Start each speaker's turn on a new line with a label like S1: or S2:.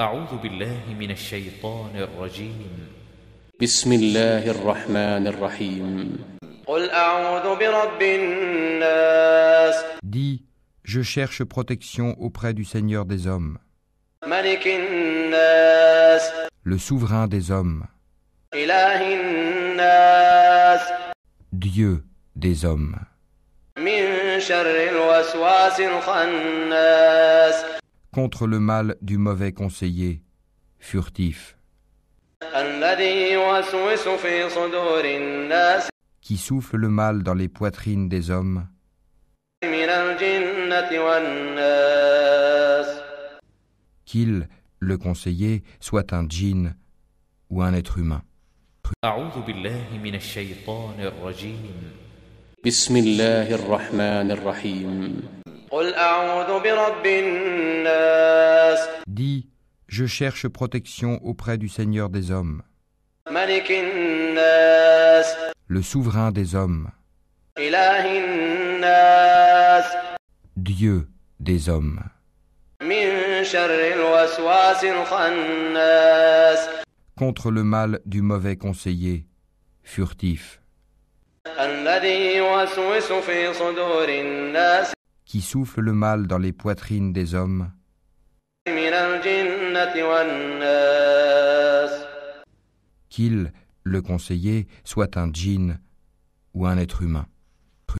S1: أعوذ بالله من الشيطان الرجيم
S2: بسم الله الرحمن الرحيم
S3: قل أعوذ برب الناس
S4: Dis, je cherche protection auprès du Seigneur des hommes,
S3: ملك الناس
S4: le souverain des hommes,
S3: إله الناس
S4: Dieu des hommes,
S3: من شر الوسواس الخناس
S4: contre le mal du mauvais conseiller, furtif,
S3: الذي يوسوس في صدور الناس
S4: qui souffle le mal dans les poitrines des hommes.
S3: من الجنة والناس
S4: qu'il, le conseiller, soit un djinn ou un être humain.
S1: أعوذ بالله من الشيطان الرجيم
S2: بسم الله الرحمن الرحيم
S3: قل أعوذ برب الناس
S4: Dis, je cherche protection auprès du Seigneur des hommes,
S3: ملك الناس
S4: le souverain des hommes,
S3: إله الناس
S4: Dieu des hommes,
S3: من شر الوسواس الخناس
S4: contre le mal du mauvais conseiller, furtif,
S3: الذي يوسوس في صدور الناس
S4: qui souffle le mal dans les poitrines des hommes.
S3: من الجنة والناس
S4: qu'il, le conseiller, soit un djinn ou un être humain.